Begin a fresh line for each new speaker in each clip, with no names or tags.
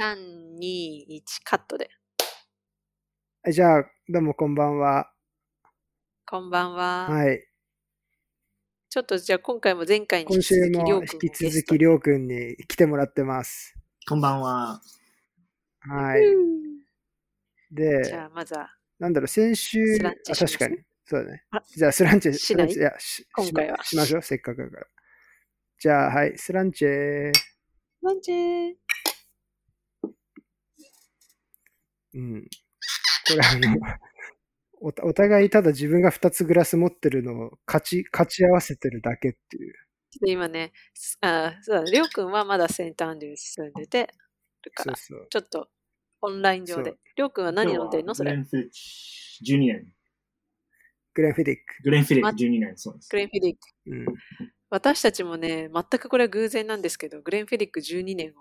3、2、1カットで。
じゃあ、どうもこんばんは。
こんばんは。
はい。
ちょっとじゃあ今回も前回に
今週も
りょうくんを
引き
ゲ
続
ス
き
ト
りょうくんに来てもらってます。
こんばんは。
は
う
い。
んじ
で
ゃ、あまずは
なんだろう、先週
スラン、チ
あ、
します
確かに。そうだね
あ。
じゃあ、スランチェ、
し
ス
な
ラ
い
ンチェ、いや、し
今回は
しまししましょう、せっかくだから。じゃあ、はい、スランチェ。
ランチェ
うん。これ、あの、 おたお互いただ自分が2つグラス持ってるのを勝ち、勝ち合わせてるだけっていう。
ちょっと今ね、すあそうだねりょうくんはまだセントアンドリュース住んでてるか
そう
ら、
そう。
ちょっとオンライン上
そ
で。りょうくんは何飲んでんのそれ
今。日はグレンフィリッチ12年。
グレンフィディック。
グレンフィリッ
ま
チ12年、そうです
グ。レンフィディック。
うん。
私たちもね、全くこれは偶然なんですけど、グレンフィディック12年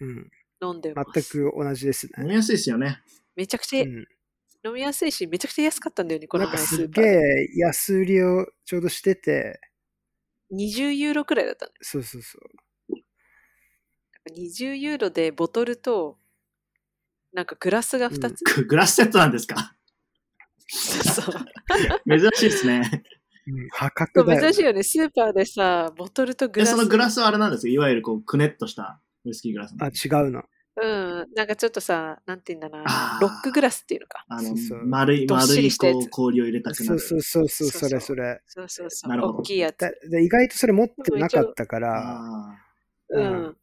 うん。
を飲んでます。
全く同じです
飲
ね。
みやすいですよね。
めちゃくちゃ、
うん。
飲みやすいし、めちゃくちゃ安かったんだよね、こ
な
の
んか
前
す
ス
っ
ーパ
げ
ーで。
え安売りをちょうどしてて、
20ユーロくらいだったの。
そうそうそう。
20ユーロでボトルと、なんかグラスが2つ。
ググラスセットなんで すか
そう
珍しいですね。
うん、破
そ
格
う
だよ、
珍しいよね。スーパーでさ、ボトルとグ
で、
ラス。
そのグラスはあれなんですよ。いわゆるこう、くねっとしたウイスキーグラス
あ、
の。
違うの。
うん。なんかちょっとさ、なんて言うんだな
あ。ー
ロックグラスっていうのか。
あ
そ
の
うそう、
丸い、
どっし
丸
り
い
したやつ
こう氷を入れたくな
そう
る。
そうそうそう、
そうそう
それそれ。
そうそうそう
な。るほど
大きいや
だ
つ。
で意外とそれ持ってなかったから、
あ
う
うんん。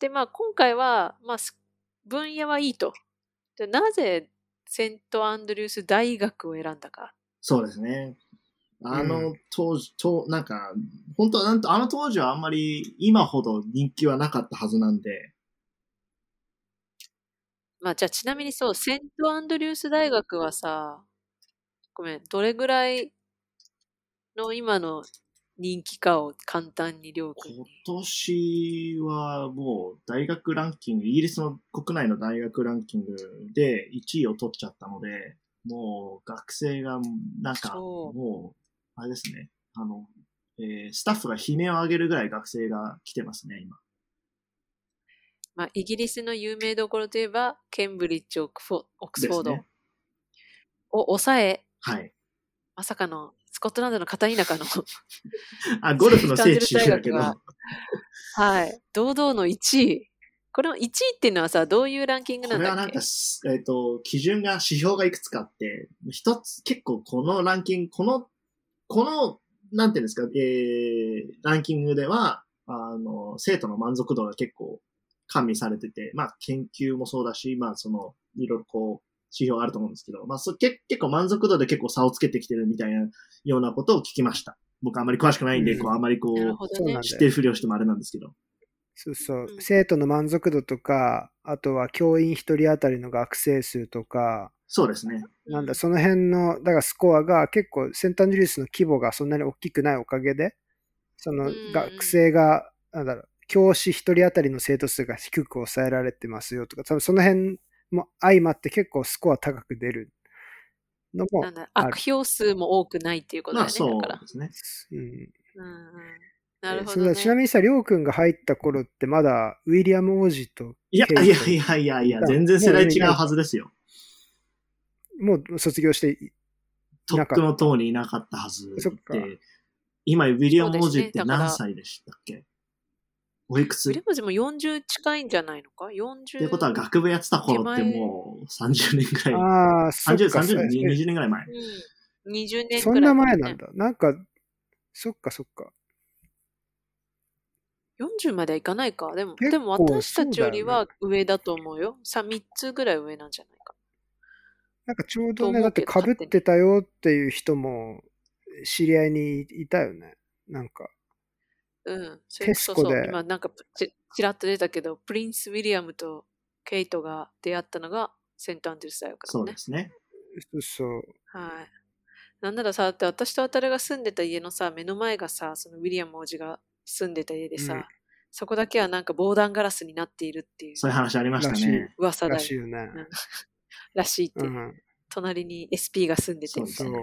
で、まあ今回は、まあす分野はいいと。でなぜセントアンドリュース大学を選んだか。
そうですね。あ
う
の、当時、となんか、本当はなんと、あの当時はあんまり今ほど人気はなかったはずなんで、
まあじゃあちなみにそう、セントアンドリュース大学はさ、ごめん、どれぐらいの今の人気かを簡単にりょうくん
今
に。
年はもう大学ランキング、イギリスの国内の大学ランキングで1位を取っちゃったので、もう学生がなんか、
そう
もう、あれですね、あの、えースタッフが悲鳴を上げるぐらい学生が来てますね、今。
まあ、イギリスの有名どころといえば、ケンブリッジ、オックフォオックスフォード
ですね
を抑え、
はい。
まさかのスコットランドの片田舎 の、
あ、ゴルフの聖地だけ
セン
ど、
トアンドリュース大学ははい、堂々の1位。この1位っていうのはさ、どういうランキングな
こ
ん
れ
だ
はな
っ
ん
け
かし、えっ、と、基準が、指標がいくつかあって、一つ、結構このランキング、この、この、なんていうんですか、えー、ランキングでは、あの、生徒の満足度が結構、加味されてて、まあ、研究もそうだし、まあ、その、いろいろこう、指標があると思うんですけど、まあ、そけ結構満足度で結構差をつけてきてるみたいなようなことを聞きました。僕あまり詳しくないんで、
うん
こう、あまりこ
なる
う、
ほど
そう
ね
なんだ。
知ってるふりをしてもあれなんですけど。
そうそう
う。ん
生徒の満足度とか、あとは教員1人当たりの学生数とか、
そうですね。
なんだ、その辺の、だからスコアが結構セントアンドリュースの規模がそんなに大きくないおかげで、その
うん
学生が、なんだろう、教師1人当たりの生徒数が低く抑えられてますよとか、多分その辺も相まって結構スコア高く出るのも
なん、だ
ある
悪評数も多くないっていうことだよ
まあ、
ね、
そ
だか
う
ら
で。すね。
うん、
うんうん、なるほ
そ
ど、
う
ね。
だちなみにさ、りょうくんが入った頃ってまだウィリアム王子と、
いや
ケイト
いやいやいやいや、全然世代違うはずですよ。
もう卒業して、
とっくの塔にいなかったはず
そっか
で、今、ウィリアム王
そうです
子
ね
って
だから
何歳でしたっけおいく
ウィ
つっ
リアムズも40近いんじゃないのか ?40。
てことは学部やってた頃ってもう30年ぐらい。
ああ、そっ
30、
か、
30年、20年ぐらい前。
うん、20年
そ
くらい、
んな前なん。だ。なんか、そっかそっか。
40まではいかないか。でも、
結
で
構
も私たちより
そ
は上だと思うよ。さ、3つぐらい上なんじゃないか。
なんかちょうど
と
ね、
思
だ
う
っ
け
て
ど
かぶってたよっていう人も知り合いにいたよね。なんか、
うん。そ
テスコ
そ
で
うそう今なんかち、ちらっと出たけど、プリンス・ウィリアムとケイトが出会ったのがセント・アンドリュース大学だ
そ
も
うん
ね
で。すね。
そうそう。
はい。なんならさ、だって私とあたるが住んでた家のさ、目の前がさ、そのウィリアム王子が住んでた家でさ、
うん
そこだけはなんか防弾ガラスになっているっていう
そういう話ありました
らしい
ね。
噂だ
ら
よ
しいよね。
らしいって、
うん、
隣に SP が住んでて
そう
みた
そ
いうな。。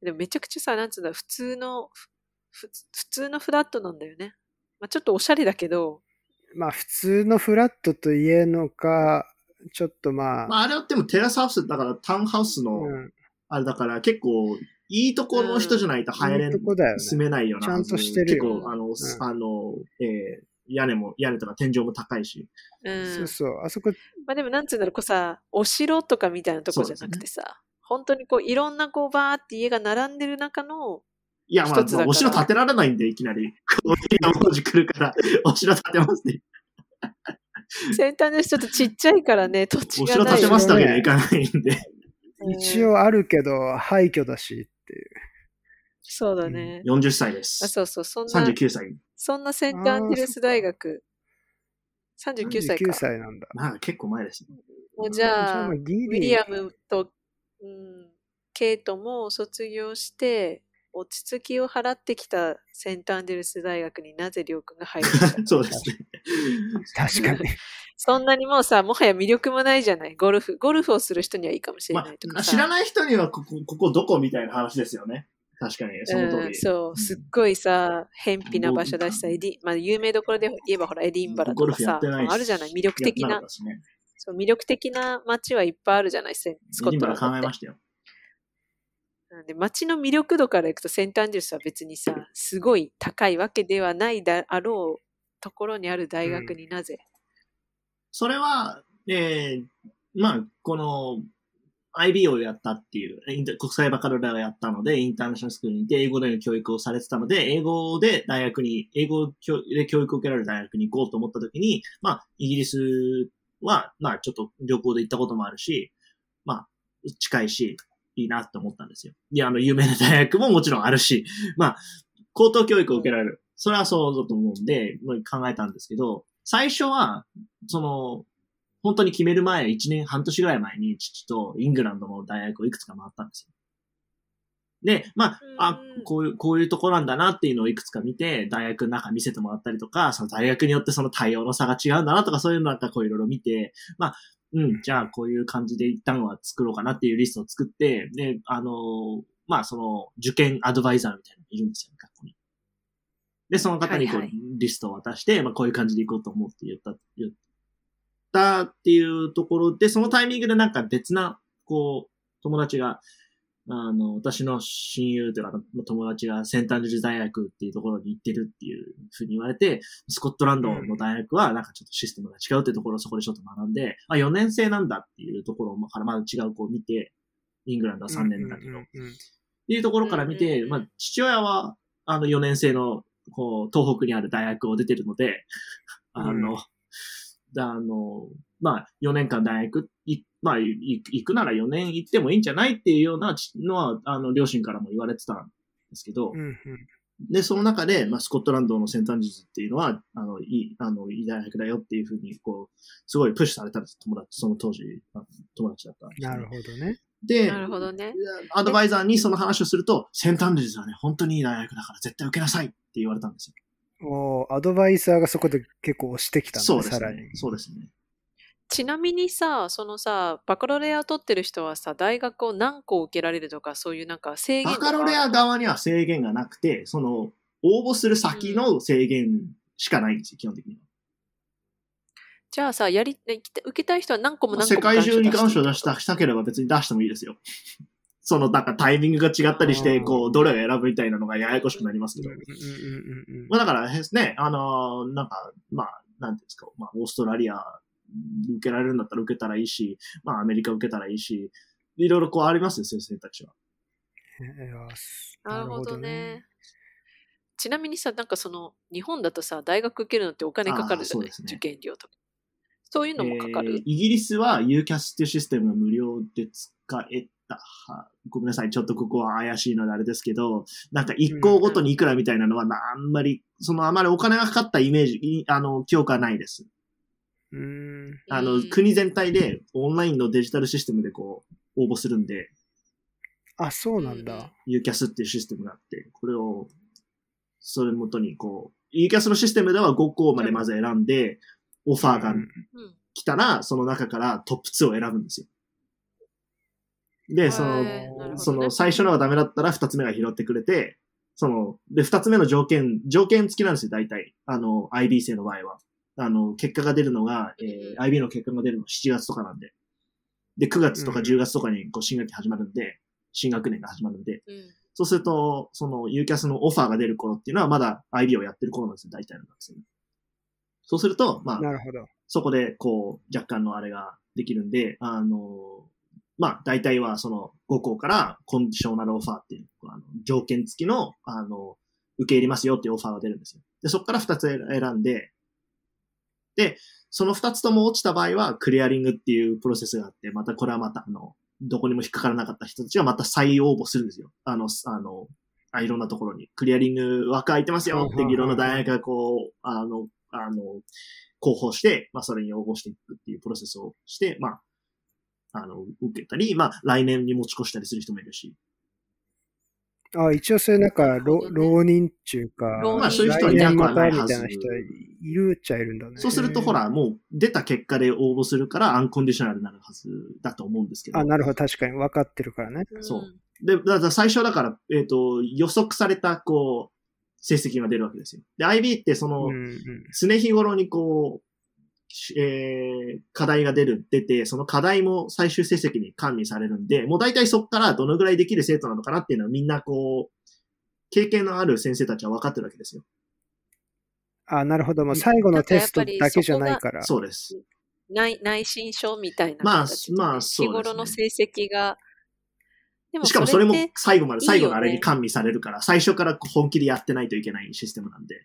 でもめちゃくちゃさ、なんつうんだろう、普通の、ふふ普通のフラットなんだよね。まあ、ちょっとおしゃれだけど、
まあ普通のフラットと言えるのか、ちょっとまあ、
まあ、あれはでもテラスハウスだから、タウンハウスの、
うん、
あれだから、結構、いいとこの人じゃないと入れ
い
ん
いとこだよね
住めないよな。
ちゃんとしてるよ
結構、あの、あの、えー屋根も、屋根とか天井も高いし。
うん。
そうそう、あそこ、
まあでもなんつうんだろう、こうさ、お城とかみたいなとこじゃなくてさ、本当にこういろんなこうバーって家が並んでる中の、
いや、まあ
一つだか、ら
お城建てられないんで、いきなり。大きな工事来るから、 お城建てますね。
先端の人ちょっとちっちゃいからね、土地
お
が
城
ない
建て
よね、
ましたけど、行かない んで。
うん
一。応あるけど、廃墟だしっていう。
そうだね。
40歳で
あ
す。
そうそう、そんな、
39歳。
そんなセントアンジェレス大学。39歳か。
9歳なんだ。
まあ、結構前ですね。
もうじゃあ、
ま
ウ
あギリ
ィリアムと、うん、ケイトも卒業して、落ち着きを払ってきたセントアンジェレス大学になぜりょうくんが入ってきたの
そうです ね。
確かに。
そんなにもうさ、もはや魅力もないじゃない。ゴルフ。ゴルフをする人にはいいかもしれ
ま
ないと
あ、
かさ。
知らない人には、ここ、ここどこみたいな話ですよね。確かに、その通
うん、
り。
そう、すっごいさ、偏僻な場所だしさ、エディまあ、有名どころで言えばほら、エディンバラ
ゴ
と
ル
か
フや
さ
っ、てないし
あるじゃない、魅力的
やって
な
かったしね
そう、魅力的な街はいっぱいあるじゃない、センスコッ
ミニ
ト
バ
ラ
ラ
ン
考
ドって
えま。したよ。
なんで街の魅力度からいくとセントアンジェルスは別にさすごい高いわけではないだあろうところにある大学になぜ、
それは、えー、まあ、この、IB をやったっていう、インタ国際バカロレアをやったので、インターナショナルスクールにいて、英語での教育をされてたので、英語で大学に、英語教で教育を受けられる大学に行こうと思った時に、まあ、イギリスは、まあ、ちょっと旅行で行ったこともあるし、まあ、近いし、いいなって思ったんですよ。いや、あの、有名な大学ももちろんあるし、まあ、高等教育を受けられる。それはそうだと思うんで、まあ考えたんですけど、最初は、その、本当に決める前、1年半年ぐらい前に、父とイングランドの大学をいくつか回ったんですよ。で、まあ、あ
うん、
こういう、こういうとこなんだなっていうのをいくつか見て、大学の中見せてもらったりとか、その大学によってその対応の差が違うんだなとか、そういうのなんかこういろいろ見て、まあ、うん、じゃあこういう感じで一旦は作ろうかなっていうリストを作って、で、あの、まあその受験アドバイザーみたいなのがいるんですよ、学校に。で、その方にこう、
はいはい
リストを渡して、まあこういう感じでいこうと思うって言った、言ったっていうところで、そのタイミングでなんか別な、こう、友達が、あの、私の親友というか、友達がセンタンジュル大学っていうところに行ってるっていうふうに言われて、スコットランドの大学はなんかちょっとシステムが違うっていうところをそこでちょっと学んで、あ、4年生なんだっていうところもからまだ違う子を見て、イングランドは3年だけど、
うん
っ
うんうん
ていうところから見
うんうん
て、
うん
まあ、父親は、あの、4年生の、こう、東北にある大学を出てるので、あ
う
の、だあの、まあ、4年間大学、いまあ、いい行くなら4年行ってもいいんじゃないっていうようなちのは、あの、両親からも言われてたんですけど、
うんうん
で、その中で、まあ、スコットランドのセンタンジズっていうのは、あの、いい、あの、いい大学だよっていうふうに、こう、すごいプッシュされたんです、友達、その当時、あの友達だったんですね、
なるほどね。
で、
なるほどね
アドバイザーにその話をすると、センタンジズはね、本当にいい大学だから絶対受けなさいって言われたんですよ。
おーアドバイザーがそこで結構押してきたん
そう
だ、
です
さら
ね
に。。
そうですね。
ちなみにさそのさバカロレアを取ってる人はさ大学を何校受けられるとかそういうなんか制限
バ
とか
カロレア側には制限がなくて、その、応募する先の制限しかないんですよ、基本的には。
じゃあさやりね受け受けたい人は何個も何個
世
も
界中に願書を
願
出した、したければ別に出してもいいですよ。 その、なんかタイミングが違ったりし
あ
て、
ー
こう、どれを選ぶみたいなのがややこしくなりますけど。
うんうんうんうん
まあだから、ね、あのーなんか、まあ、なんていうんですか、まあ、オーストラリア受けられるんだったら受けたらいいし、まあ、アメリカ受けたらいいし、いろいろこうありますよ、先生たちは。
いやす
なるほどね。ちなみにさなんかその日本だとさ大学受けるのってお金かかるじゃない、
あーそうですね
受験料とかそういうのもかか
え
る
ー、イギリスは UCAS っていうシステムが無料で使えたは。ごめんなさい。ちょっとここは怪しいのであれですけど、なんか一校ごとにいくらみたいなのはな、あんまり、そのあまりお金がかかったイメージ、いあの、記憶はないです。
うーん。
あ
う
の、
ん
国全体でオンラインのデジタルシステムでこう、応募するんで、
あ、そうなん
うんう
だ。
UCAS っていうシステムがあって、これを、それ元にこう、UCAS のシステムでは5校までまず選んで、オファーが
うん
うん
来たら、その中からトップ2を選ぶんですよ。
へ
で、
ー
その、
なるほどね
その、最初のはダメだったら二つ目が拾ってくれて、その、で、二つ目の条件、条件付きなんですよ、大体。あの、IB 生の場合は。あの、結果が出るのが、え
うん
ー IB の結果が出るの7月とかなんで。で、9月とか
うん
10月とかにこう新学期始まるんで、新学年が始まるんで、
うん。
そうすると、その、ユーキャスのオファーが出る頃っていうのは、まだ IB をやってる頃なんですよ、大体の学生がそうすると、まあ、
なるほど。
そこで、こう、若干のあれができるんで、あの、まあ、大体はその5校からコンディショナルオファーっていう、あの条件付きの、あの、受け入れますよっていうオファーが出るんですよ。で、そこから2つ選んで、で、その2つとも落ちた場合は、クリアリングっていうプロセスがあって、またこれはまた、あの、どこにも引っかからなかった人たちがまた再応募するんですよ。あの、あの、あいろんなところに、クリアリング枠空いてますよって、いろんな大学がこう、あの、あの、広報して、まあ、それに応募していくっていうプロセスをして、まあ、あの、受けたり、まあ、来年に持ち越したりする人もいるし、
あ一応そういうなんか、ろ浪人っていうか、
浪人。
まあ、そういう人はい
来
な
年
くは
ま
な
た
い
み
は
た
ず
い。な人いるっちゃいるんだね。
そうすると、ほ。ら、もう出た結果で応募するから、アンコンディショナルになるはずだと思うんですけど
あ、。なるほど、確かに分かってるからね。
そうんで、だから最初だから、えっ、と、予測された、こう、成績が出るわけですよ。で、IB ってその、
うんうん、
常日頃にこう、えー、課題が出る、出て、その課題も最終成績に管理されるんで、もう大体そこからどのぐらいできる生徒なのかなっていうのはみんなこう、経験のある先生たちは分かってるわけですよ。
あ、なるほど。もう最後のテストだけじゃないから。
そうです。
内内心症みたいな
まあ
形で
まあそうですね
日頃の成績が。で
しかもそれも
って
最後ま
い
で、
いよね
最後のあれに管理されるから、最初から本気でやってないといけないシステムなんで。
うん、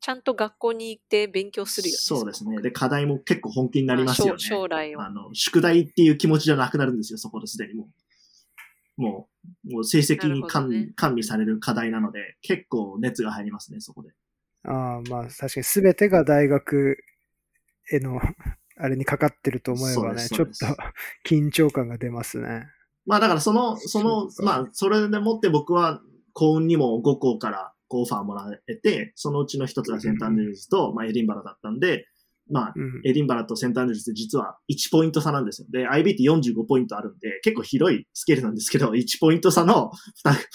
ちゃんと学校に行って勉強するよね。
そうです
ご
ね。
く
で、課題も結構本気になりますよね
あ。将将来
あ
は。
の、宿題っていう気持ちじゃなくなるんですよ、そこですでにもう。もう、もう成績に
なる
管,、
ほどね
管理される課題なので、結構熱が入りますね、そこで。
あーまあ、確かに全てが大学への、 あれにかかってると思えばね、
そう
ちょっ
で
と
すそうです
緊張感が出ますね。
まあだからその、その、
そうか
まあ、それでもって僕は幸運にも5校からこうオファーもらえて、そのうちの一つがセントアンドリューズと、まあエディンバラだったんで、まあ、
うん。
エディンバラとセントアンドリュースって実は1ポイント差なんですよ。で、IB って45ポイントあるんで、結構広いスケールなんですけど、1ポイン ト差の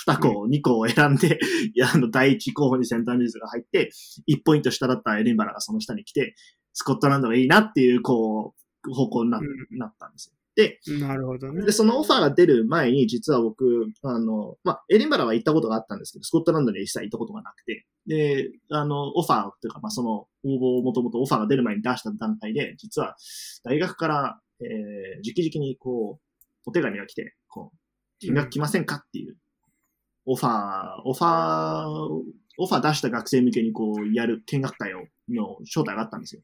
2, 2校、2校を選んで、いや、あの、第1候補にセントアンドリュースが入って、1ポイント下だったエディンバラがその下に来て、スコットランドがいいなっていう、こう、方向にな,、
う
なったんですよ。で、
なるほどね
で、。そのオファーが出る前に、実は僕、あの、まあ、エディンバラは行ったことがあったんですけど、スコットランドには一切行ったことがなくて、で、あの、オファーというか、まあ、その応募をもともとオファーが出る前に出した段階で、実は、大学から、えー、直々にこう、お手紙が来て、こう、見学来ませんかっていう、オファー、オファー、オファー出した学生向けにこう、やる見学会を、の招待があったんですよ。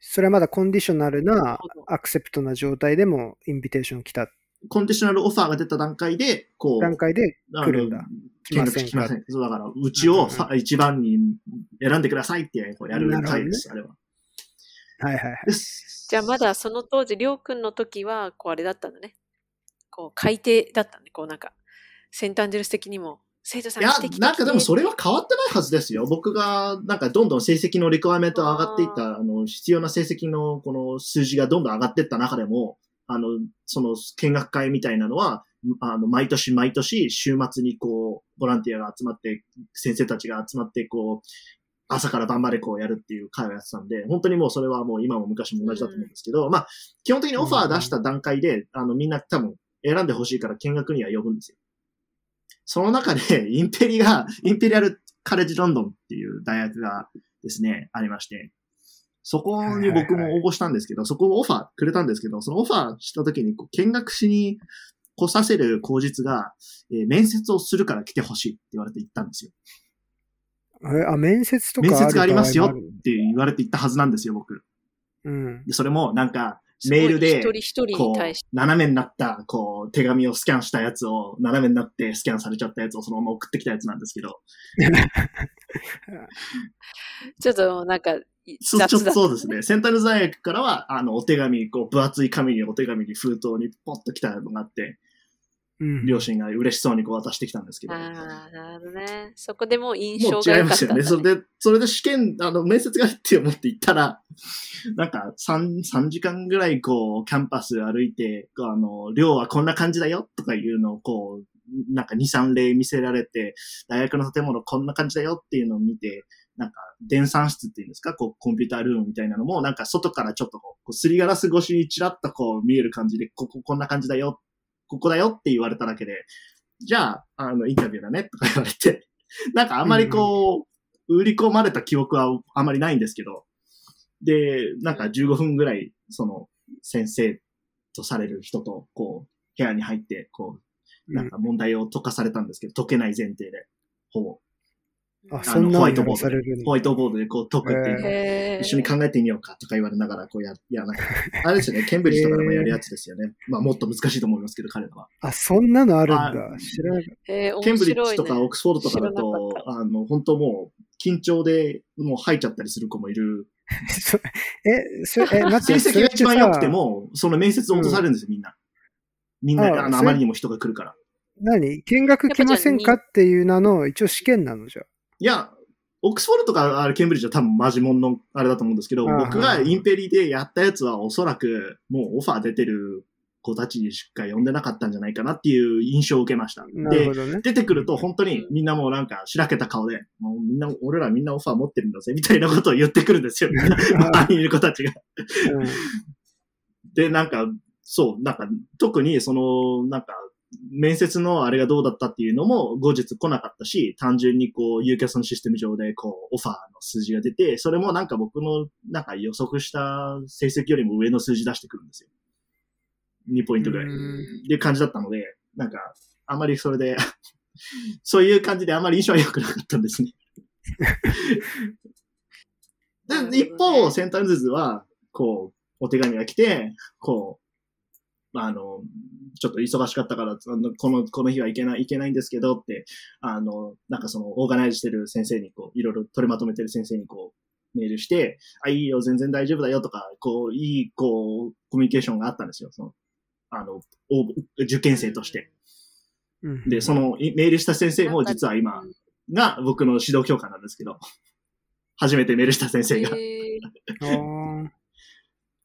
それはまだコンディショナルな
ほど
アクセプトな状態でもインビテーション来た
コンディショナルオファーが出た段階で、こう、
段階で、
あの
来るんだ。
見学しません。そうだから、うちをさ一番に選んでくださいってこうやる会です、あれは。
はいはいはい。
です
じゃあまだその当時、りょうくんの時は、こうあれだったんだね。こう改定だったね。こうなんか、センターアンジェルス的にも、生徒さ
い
ん
や
来てきて、
なんかでもそれは変わってないはずですよ。僕が、なんかどんどん成績のリクワイアメントが上がっていった、あの、必要な成績のこの数字がどんどん上がっていった中でも、あの、その見学会みたいなのは、あの、毎年毎年週末にこう、ボランティアが集まって、先生たちが集まって、こう、朝から晩までこうやるっていう会をやってたんで、本当にもうそれはもう今も昔も同じだと思うんですけど、まあ、基本的にオファー出した段階で、あの、みんな多分選んでほしいから見学には呼ぶんですよ。その中で、 インペリが、インペリアルカレッジロンドンっていう大学がですね、ありまして、そこに僕も応募したんですけど、そこをオファーくれたんですけど、そのオファーした時にこう見学しに来させる口実が、えー面接をするから来てほしいって言われて行ったんですよ。
えあ、面接とか
面接がありますよ
場合
っ
もある
て言われて行ったはずなんですよ、僕。
うん。
でそれもなんか、
すごい
メールで
一、人一人
こ
に対して。
う、斜めになった、こう、手紙をスキャンしたやつを、斜めになってスキャンされちゃったやつをそのまま送ってきたやつなんですけど、
ちょっとなんか、い
そうちょっ
雑
と
だ。
そうですね。センタル大学からは、あの、お手紙、こう、分厚い紙にお手紙に封筒にポッと来たのがあって、
うん、
両親が嬉しそうにこう渡してきたんですけど。
ああ、なるほどね。そこでもう印
も
象が
う違い
良
ま
かっ
す
たん
よ
だ、ね。
ね。それで、それで試験、あの、面接があるって思って行ったら、なんか、3、3時間ぐらい、こう、キャンパス歩いて、あの、寮はこんな感じだよ、とかいうのを、こう、なんか2、3例見せられて、大学の建物こんな感じだよっていうのを見て、なんか、電算室っていうんですか、こう、コンピュータールームみたいなのも、なんか外からちょっとこう、こうすりガラス越しにちらっとこう見える感じで、ここ、こんな感じだよ、ここだよって言われただけで、じゃあ、あの、インタビューだねとか言われて、 なんかあんまりこう、売り込まれた記憶はあんまりないんですけど、で、なんか15分ぐらい、その、先生とされる人と、こう、部屋に入って、こう、なんか問題を解かされたんですけど、解けない前提で、ほぼ。
あ、
の
そんな
ホ
の
ワイ
や
トボード
らされる
ホ
の。
ワイトボードでこう解くっていうのを、
へー
一緒に考えてみようかとか言われながら、こうや、や、なんか、あれですよね、ケンブリッジとかでもやるやつですよね。まあ、もっと難しいと思いますけど、彼らは。
あ、そんなのあるん だ
あ。
知らなかっ
えー
ケン
面
ブリッ
白
ジ
い
とかオッ
ね。
クスフォードとかだと
知らな、
あの、本当もう、緊張で、もう吐いちゃったりする子もいる。
た。そえ、そ れ、え、待
成
って、そ
績
れ
が
って
一
さ
番良くても、その面接を落とされるんですよ、みんな。みんな、
あ
あの、
それ
あまりにも人が来るから。
何見学来ませんかっていう名の、一応試験なのじゃ。
いや、オックスフォードとかあれケンブリッジは多分マジモンのあれだと思うんですけど、
ああ
僕がインペリでやったやつはおそらくもうオファー出てる子たちにしか呼んでなかったんじゃないかなっていう印象を受けました。
なる
で
ほ、 どね。
出てくると本当にみんなもうなんかしらけた顔で、もうみんな、俺らみんなオファー持ってるんだぜみたいなことを言ってくる んですよ。みんな周りにいる子たちが。
うん
で、なんか、そう、なんか、特にその、なんか、面接のあれがどうだったっていうのも後日来なかったし、単純にこう、ユーキャスのシステム上でこう、オファーの数字が出て、それもなんか僕の、なんか予測した成績よりも上の数字出してくるんですよ。2ポイントぐらい。
う
っ
ん
ていう感じだったので、なんか、あまりそれで、 そういう感じであまり印象は良くなかった んですね。
なるほどね
で一方、センターズズは、こう、お手紙が来て、こう、あの、ちょっと忙しかったから、あのこの、この日はいけない、いけないんですけどって、あの、なんかその、オーガナイズしてる先生に、こう、いろいろ取りまとめてる先生に、こう、メールして、あ、いいよ、全然大丈夫だよとか、こう、いい、こう、コミュニケーションがあったんですよ、その、あの、応募受験生として。
うん
で、その、いメールした先生も実は
な
今
んか
が僕の指導教官なんですけど、初めてメールした先生が。
えー
あー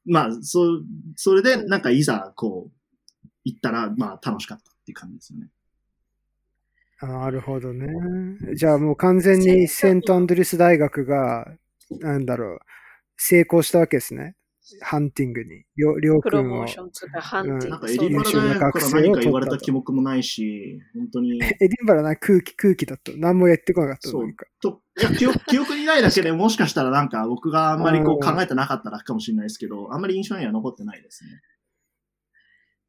まあ、そう、それで、なんかいざ、こう、行ったら、まあ、楽しかったっていう感じですよね。
あなるほどね。じゃあもう完全にセントアンドリュース大学が、なんだろう、成功したわけですね。ハンティングに。りょりょう
プ
く
ロ
ん
モ
を
ー。ションとかハンティ
う
ン
ん
なん
グ
か、エディンバ
優
ラ
秀な
大学
学
から
生を取っ
何
た
か
と
言われた記憶もないし、本当に、
エディンバラな空気、空気だった。何もやってこなかった
そ
の。
う
なんか
と、いや、記憶、 記憶にないだけでもしかしたらなんか、僕があんまりこう
うん
考えてなかったらかもしれないですけど、あんまり印象には残ってないですね。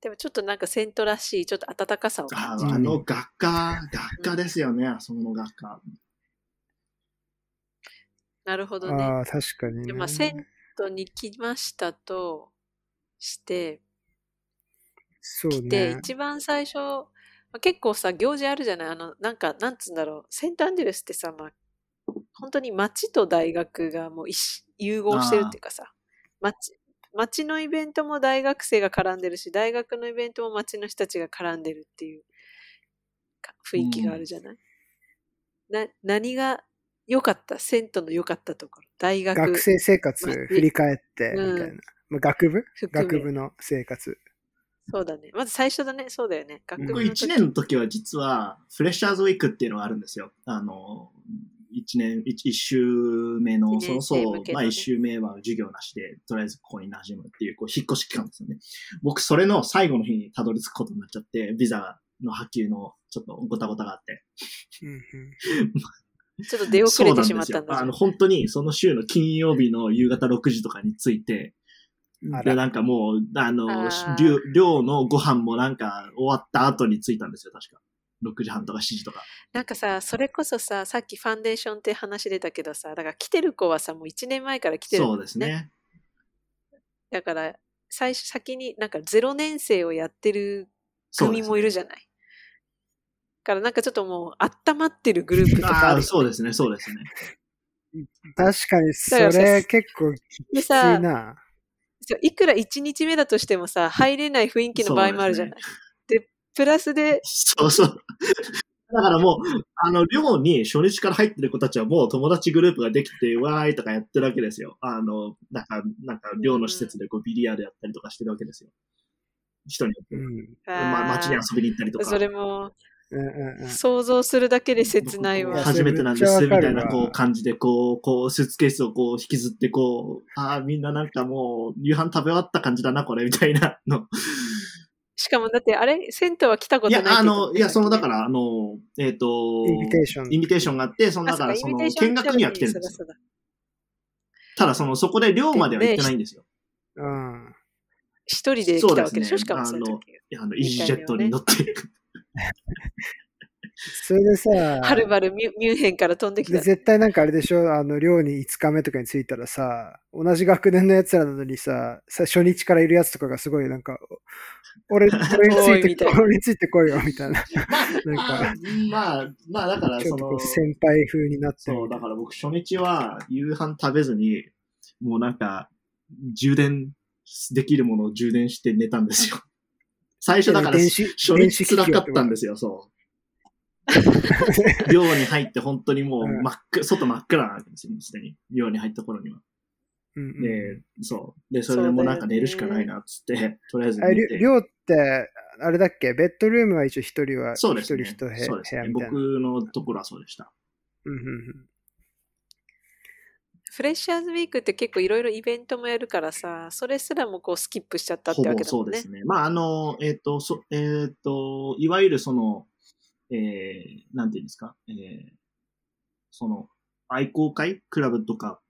でもちょっとなんかセントらしい、ちょっと温かさを感
あ
じ
うん
あの学科、学科ですよね、あそこの学科。
なるほどね。
ああ、確かに、
で
ね。
まあ、セントに来ましたとして、
そう
で、
ね。
一番最初、まあ結構さ、行事あるじゃないあの、なんか、なんつうんだろう、セントアンジェルスってさ、まあ、本当に町と大学がもう一し融合してるっていうかさ、町、町のイベントも大学生が絡んでるし、大学のイベントも町の人たちが絡んでるっていうか雰囲気があるじゃない、な、何が良かったセントの良かったところ。大学
学生生活
まあ
振り返って、みたい
うん
な。まあ、学部
含め
学部の生活。
そうだね。まず最初だね。そうだよね。学部の
僕
時
1年の時は実は、フレッシャーズウィークっていうのがあるんですよ。あの、1年、一一週目の、
一
そ
年
うそ
生
う
向けのね、
まあ1週目は授業なしで、とりあえずここに馴染むっていう、こう、引っ越し期間ですよね。僕、それの最後の日にたどり着くことになっちゃって、ビザの波及のちょっとごたごたがあって。
うんうん
ちょっと出遅
そう
れ
なん
て
で
しまっ
す
た
よ
ん。だ
あ
じゃん
の、本当にその週の金曜日の夕方6時とかに着いて、
あ
で、
ら
なんかもう、あの
あー、
寮寮のご飯もなんか終わった後に着いたんですよ、確か。6時半とか7時とか。
なんかさ、それこそさ、さっきファンデーションって話出たけどさ、だから来てる子はさ、もう1年前から来てる、
そうです。ね。
だから、最初先になんか0年生をやってる
そうで
組
す
もいるじゃない。だからなんかちょっともう、温まってるグループとかあ
あ
る
あ、
よ
そうですね、そうですね。
確かに、そ
だから
れ
さ
結構き
で
つい
さ、
な。
そういくら1日目だとしてもさ、入れない雰囲気の場合もあるじゃない。でプラスで、
そうそう。だからもう、あの、寮に初日から入ってる子たちはもう友達グループができて、わーいとかやってるわけですよ。あの、なんか、なんか寮の施設でこうビリヤードやったりとかしてるわけですよ。人によって
う
は。
ん。
あー
ま、街に遊びに行ったりとか。
それも、
うんうんうん
想像するだけで切ない
いや
わ。
初めてなんです、
それ
み
め
た
っちゃ
い
わかるわ
なこう感じで、こう、こう、スーツケースをこう引きずって、こう、ああ、みんななんかもう、夕飯食べ終わった感じだな、これ、みたいなの。
しかもだってあれ、銭湯は来たこ
い
とない
や
っ、て言って
あ
たもん
の、
ね
いや、その、だから、あの、えっ、と、
インビテーション。
インビテーションがあって、その、
あ
だ
そ
か
う
ら、
イ
そ
ンビ
の、
テーション
見学には来てるんです
そう
よ。
だそうだ
ただ、その、そこで寮までは行ってないんですよ。
うん。
一人で来たわけでしょ
そうですね
しかもその時。
いや、あの、イージージェットに乗って。
それでさ、
はるばるミュミュンヘンから飛んでき
で
た。
絶対なんかあれでしょあの、寮に5日目とかに着いたらさ、同じ学年のやつらなのにさ、さ初日からいるやつとかがすごいなんか、俺、俺につ
おい
い
み
て
たい、な
俺についてこいよ、みたいな。
まあ
な、
まあ、まあ、だから、
ちょ
そ
っとこ
の
う、先輩風になってる
そう、だから僕、初日は、夕飯食べずに、もうなんか、充電できるものを充電して寝たんですよ。最初だから、
電
初
子、電子
日
機器を。
辛かったんですすよ、 そう。寮に入って本当にもう
うん
真っ暗、外真っ暗なんですよ、すでに。寮に入った頃には。
うんうん
で、そう。で、それでもうなんか寝るしかないな、っつって、とりあえず
あれ
寝
りょ
て。
寮って、あれだっけベッドルームは一応一人は、一
そうです
人一部
ね。
屋
そうですね
部。屋みたいな。
僕のところはそうでした。
うんうんうん
フレッシャーズウィークって結構いろいろイベントもやるからさ、それすらもこうスキップしちゃったって
ほ
わけだ
ぼ
も
そうんで
ね
す。ね。まあ、あの、えっ、と、そ、えっ、と、いわゆるその、えー、なんていうんですか、えー、その、愛好会クラブとか、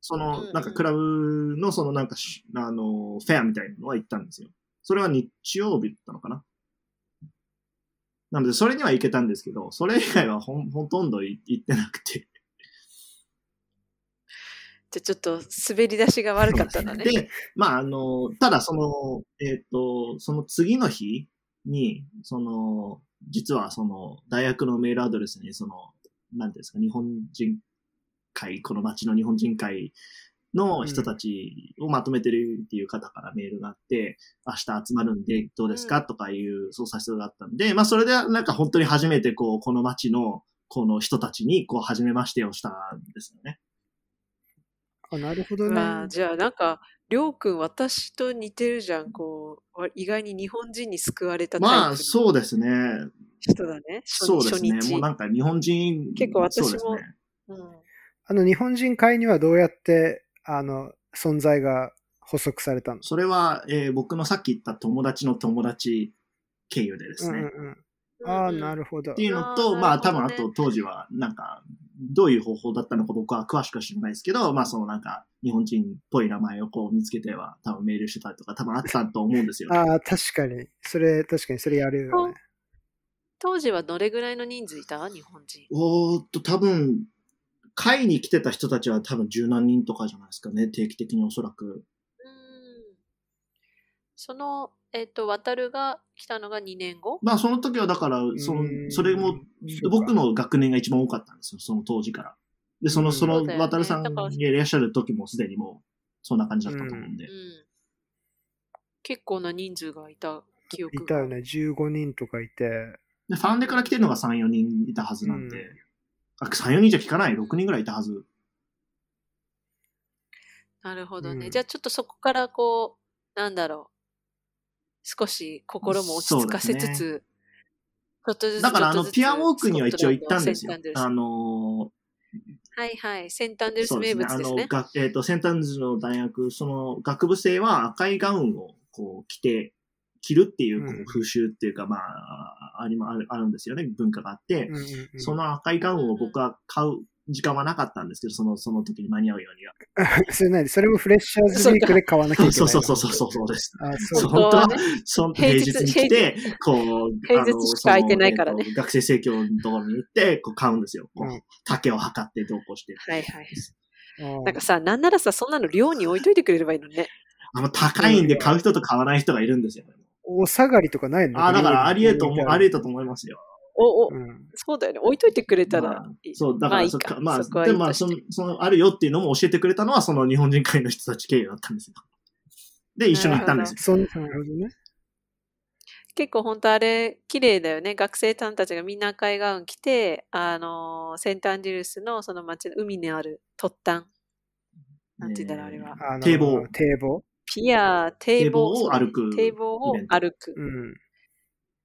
そ
うんう
の、
ん
なんかクラブのそのなんかし、あの、フェアみたいなのは行ったんですよ。それは日曜日だったのかななので、それには行けたんですけど、それ以外はほんほとんどい行ってなくて。
じゃあちょっと滑り出しが悪かったんだね。
で、まあ、あの、ただその、えっ、と、その次の日に、その、実はその、大学のメールアドレスに、その、なんていうんですか、日本人会、この町の日本人会の人たちをまとめてるっていう方からメールがあって、明日集まるんでどうですか、
うん
とかいう操作室があったんで、まあそれでなんか本当に初めてこう、この町の、この人たちに、こう、初めましてをしたんですよね。
あ、なるほどね。
まあ、じゃあなんか、りょうくん私と似てるじゃん。こう、わ意外に日本人に救われたタイプ
ま
の
あ、そうですね。
人だね。初
そうですね
初。日
もうなんか日本人。
結構私も
そうですね。
うん
あの、日本人会にはどうやって、あの、存在が補足されたの
それは、えー僕のさっき言った友達の友達経由でですね。
う
っ
んうんうん。ああ、なるほど
て。いうの
あ
と、
ー
ま
な
あ
る
多
ほど
分あ
ね
と当時はなんかどういう方法だったのか僕は詳しくは知らないですけど、まあそのなんか日本人っぽい名前をこう見つけては多分メールしてたりとか多分あったと思うんですよ。
ああ、確かに。それ、確かにそれやるよね。
当時はどれぐらいの人数いた日本人。
おーっと多分、会に来てた人たちは多分十何人とかじゃないですかね。定期的におそらく。
うんその、えっ、と、渡るが来たのが2年後
まあその時はだから、その
うん、
それも、
そうか
僕の学年が一番多かったんですよ、その当時から。で、そ
う
の、
ん
そ
そ
の
うだ、よね
渡るさんがいらっしゃる時もすでにもう、そんな感じだったと思うんで
う。ん。結構な人数がいた記憶が。
いたよね。15人とかいて。
で、ファンデから来てるのが3、4人いたはずなんで
うん。
あ、3、4人じゃ聞かない、6人ぐらいいたはず。
なるほどね。
うん
じゃあちょっとそこからこう、なんだろう。少し心も落ち着かせつ
そ
つ、ちょっとずつ。
だから、あ
ちょっと
の、
ずつ
ピアウォークには一応行ったんですよ
スコッ。トラ
あ
ンド
の
セントアンドリュースはいはい。セントアンド
ー、
リュース
そうで
名物
すね。あ
です
の、
ね。
がえっと、センタンズの大学、その、学部生は赤いガウンを、こう、着て、着るっていうこ
うん
う風習っていうか、まあ、ありまあるあるんですよね、文化があって。
うんうんうん
その赤いガウンを僕は買う時間はなかったんですけど、その、その時に間に合うように は。
それ何それもフレッシャーズウィークで買わなきゃいけない。
そうそうそうそうそうです。
あそ
そうう本当は
ね、
その
平
平
日
日に来て、こう、
平日
あの
しか空いてないからね
そのえっと学生生協のところに行って、こう買うんですよ。こう
うん
竹を測ってどうこうして。
はいはい。
うん
なんかさ、なんならさ、そんなの寮に置いといてくれればいいのにね。
あの、高いんで買う人と買わない人がいるんですよ。
お下がりとかないの
ああ、だからありえと思う、ありえ
と。
たと思いますよ。
お、お、
うん
そうだよね。置いといてくれた
ま
ら
あ
いい。
そう、だ
ま
か
あい
ら
い
そっ
か
か、まあ、
そこは
で
い
も
い
まあ
とし
そ
て
の、その、あるよっていうのも教えてくれたのは、その日本人会の人たち経由だったんですよ。で、一緒に行ったんですよ。
そんなるほどね。
結構本当あれ綺麗だよね学生さんたちがみんな赤いガウン着てあのーセントアンジュルスのその町の海にある突端なんて言うんだろうあれは
あの
堤防
堤防。
ピア堤防
堤防を歩く
堤防を
イベント
歩く
うん。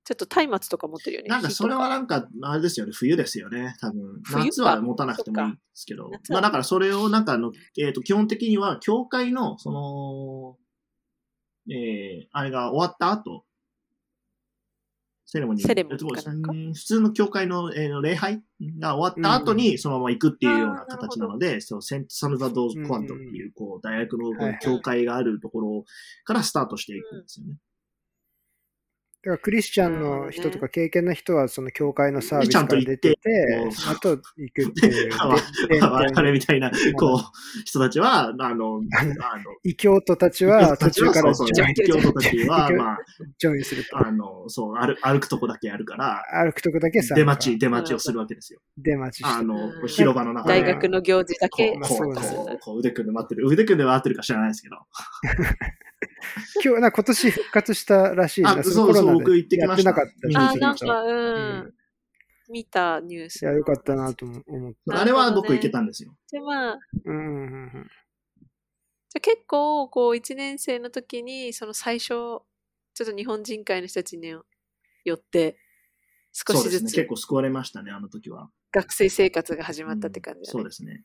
ちょっと松明とか持ってるよね。
なんかそれはなんか、あれですよね、冬ですよね、多分。
冬か
夏は持たなくてもいいんですけど
そっか。夏
ま
は
あだからそれをなんかあの、えっ、と、基本的には、教会の、その、えー、あれが終わった後、セレモニー。
セレモニーかなんか
うん普通の教会の、えー礼拝が終わった後に、そのまま行くっていうような
あーなるほ
形
ど
なので、そのセントサルバドーコアンドっていう、こう、大学のこう教会があるところからスタートしていくんですよね。
だからクリスチャンの人とか経験な人は、その教会のサービス
ちゃ
か
んと
ら
行
出
って
て
こ、う
あと行くっていう。
あわ
で
我
で
々みたいな、こう、人たちは、あの、あの、
異教徒たちは途中から
そう
ジ
そう
ョイン
教徒たちは、
ジョイン
ま
ジョインすると
あ、。あの、そう、歩歩くとこだけ歩から、
歩くとこだけさ、
出待ち、出待ちをするわけですよ。
出待ちし
あ
て。
の、こ
うん
う広場の中で。
大学の行事だけ
こう、こ、
そううです
よ
こ
ね
う、こう腕組んで待ってる。腕組んで待ってるか知らないですけど。
今日、な今年復活したらしいな。
あ、
の
そう
コロ
そう、
ナで
僕行ってきました。
やってなかった
見に行っ
あ
て
ー、
き
なん
ました。
か、うん。
う
見たニュー
い
ス。
や、よかったなとも思った。
あれは僕行けたんですよ。
で、まあ、
うんうんうんうん。
じゃあ結構、こう、一年生の時に、その最初、ちょっと日本人会の人たちによって、少
そ
し
うで
ず
すね。
つ
結構救われましたね、あの時は。
学生生活が始まったって感じだ
うんそう
ね。
ですね。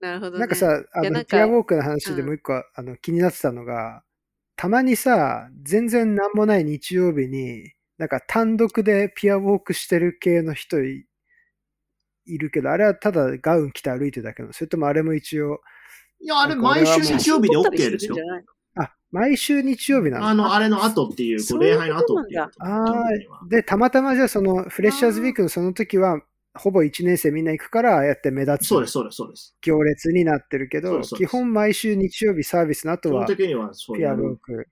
なるほどね。
なんかさ、あ
いやな
の、
んか
ピアウォークの話で
うん
もう一個、あの気になってたのが、たまにさ、全然なんもない日曜日に、なんか単独でピアウォークしてる系の人いいるけど、あれはただガウン着て歩いてるだけなのそれともあれも一応、
いや、あれ、
これはもう
毎週日曜日で
撮ったり
OK です
るんじ
よ
ゃ。ないの
あ、毎週日曜日なの
あの、あれの後っていう、こう礼拝の後っていうこと。
そういうことなんだ
基本的には
で、たまたまじゃあそのフレッシャーズウィークのその時は、ほぼ1年生みんな行くから、ああやって目立
そうで
つ
す、そうです、そうです。
行列になってるけ
そう
ど、
ですそうで
基
す
本毎週日曜日サービスの
基
後
本
は、
的にはそうい
ピアウォー
う。
ク。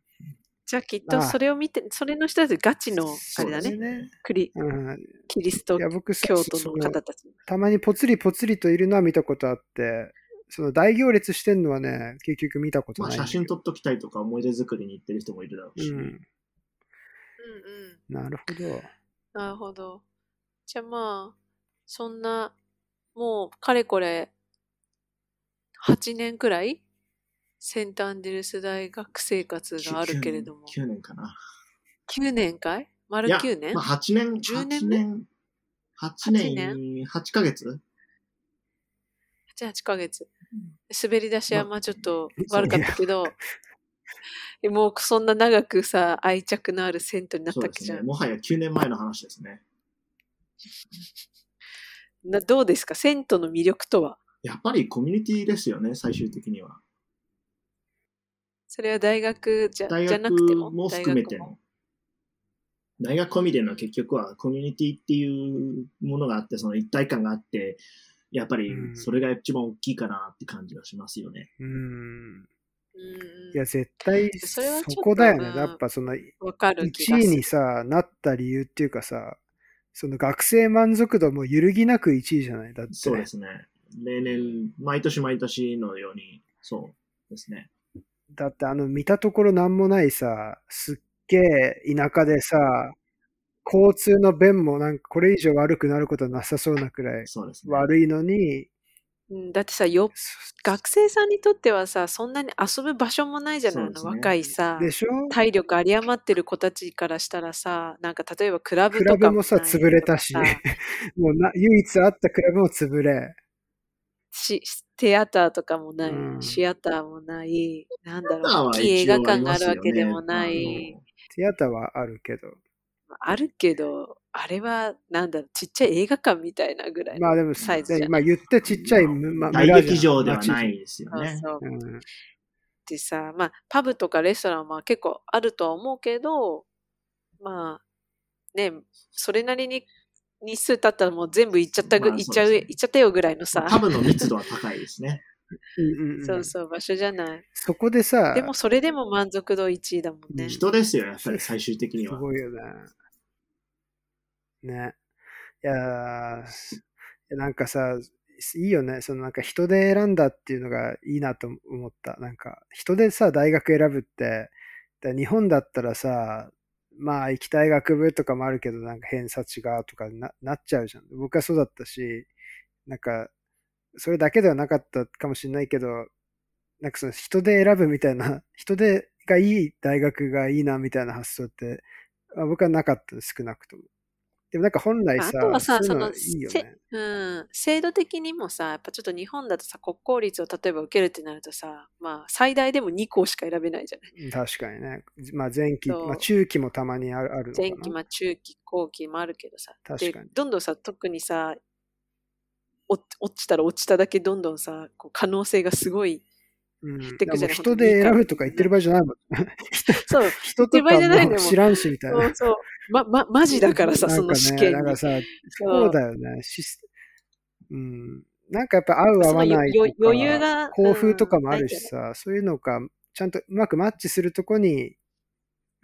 じゃあきっとそれを見て、それの人たちガチの、あれだ
そ
ね
うで、すね。
クリ
うん、
キリスト
いや僕さ
教
そそ
徒の
の
方たち。
たまにポツリポツリといるのは見たことあって、その大行列してんのはね、結局見たこと
まあ、
ないん
写
だけど、
真撮っときたいとか、思い出作りに行ってる人もいるだろうし。
うん。
うんうん。
なるほど。
なるほど。じゃあまあ、そんな、もう、かれこれ、8年くらい、セントアンデルス大学生活があるけれども、
9年かな。
9年かい丸
いや
9年
まあ、8年、
10
8
年目
年、8年、8ヶ月
?8、8ヶ月
うん。
滑り出しはまあちょっと悪かったけど、もうそんな長くさ、愛着のあるセントになっ
そう
たっ
で
け
す
じゃ
ね。
ん。
もはや9年前の話ですね。
などうですかセントの魅力とは
やっぱりコミュニティですよね、最終的には。
それは大学じゃ
大
じゃな
学
くても
も含めて
大学も
の。大学込みでの結局はコミュニティっていうものがあって、その一体感があって、やっぱり
うん
それが一番大きいかなって感じがしますよね。
うん。
うんうん
いや、絶対
それはちょっと
そこだよね。
うん
やっぱその、1
わかる気が
位
する。
にさ、なった理由っていうかさ、その学生満足度も揺るぎなく1位じゃないだって。
そうですね。例年、毎年毎年のように、そうですね。
だってあの見たところなんもないさ、すっげえ田舎でさ、交通の便もなんかこれ以上悪くなることはなさそうなくらい
そうですね。
悪いのに、
うんだってさよ学生さんにとってはさそんなに遊ぶ場所もないじゃない、
そう
あ
です
の
ね
若いさ
でしょ
体力有り余ってる子たちからしたらさなんか例えばクラブと
ク
か
ラブもさ、
ないとか
潰れたし、 もうな唯一あったクラブも潰れ、
しテアターとかもない、
うん
シアターもないなんだ
ただ
ろう
は
大
一応
きい映画館があ
りま
る
すよ
わ
ね
けでもない
あの
ティアターはあるけど、
あるけどあれはなんだろうちっちゃい映画館みたいなぐらいの
まあでも、
サイズじゃ
で
な
まあ
い、
言ってちっちゃいむ、ま、村
大
じゃん
劇場ではな
街
いですよ
そう
ね。
そう
じゃんうん
ってさ、まあ、パブとかレストランは結構あるとは思うけど、まあ、ね、それなりに日数経ったらもう全部行っちゃったぐ、
まあ
行っちゃう、
そうですね
行っちゃったよぐらいのさ、
多分の密度は高いですね。
うんうんう
そ
ん
うそう、場所じゃない。
そこでさ、
でもそれでも満足度1位だもんね。
人ですよ、やっぱり最終的に
す
は。
ごいよね。ね。いやーいやなんかさ、いいよね。そのなんか人で選んだっていうのがいいなと思った。なんか人でさ、大学選ぶって、で日本だったらさ、まあ行きたい学部とかもあるけど、なんか偏差値がとかななっちゃうじゃん。僕はそうだったし、なんか、それだけではなかったかもしれないけど、なんかその 人で選ぶみたいな、人でがいい大学がいいなみたいな発想ってあ僕はなかったの、少なくとも。でもなんか本来さ、
あとはさ
そういうのい
その
いよ
せ
ね。
うん、制度的にもさ、やっぱちょっと日本だとさ、国公立を例えば受けるってなるとさ、まあ、最大でも2校しか選べないじゃない。
確かにね。まあ前期、
そう
まあ中期もたまにあるあるのかな。
前期、まあ、中期、後期もあるけどさ、
確
で
かに、
どんどんさ、特にさ、お落ちたら落ちただけどんどんさ、こう可能性がすごい。
うん、
ってくじゃない
もう人で選ぶとか言ってる場合じゃないもん。
そう、
人
って
と
る場合
か
じゃない
も
の
う
よ
知らんしみたい
そ
な
う。そう。ま、ま、マジだからさ、
なん
その試験
ね、なん
に
か。さ、
そう
そうだよね。シスうん。なんかやっぱ合う合
その
わないとか
余余裕が
校風とかもあ
う
る
んないん
し
じ
さ、そういうのがちゃんとうまくマッチするとこに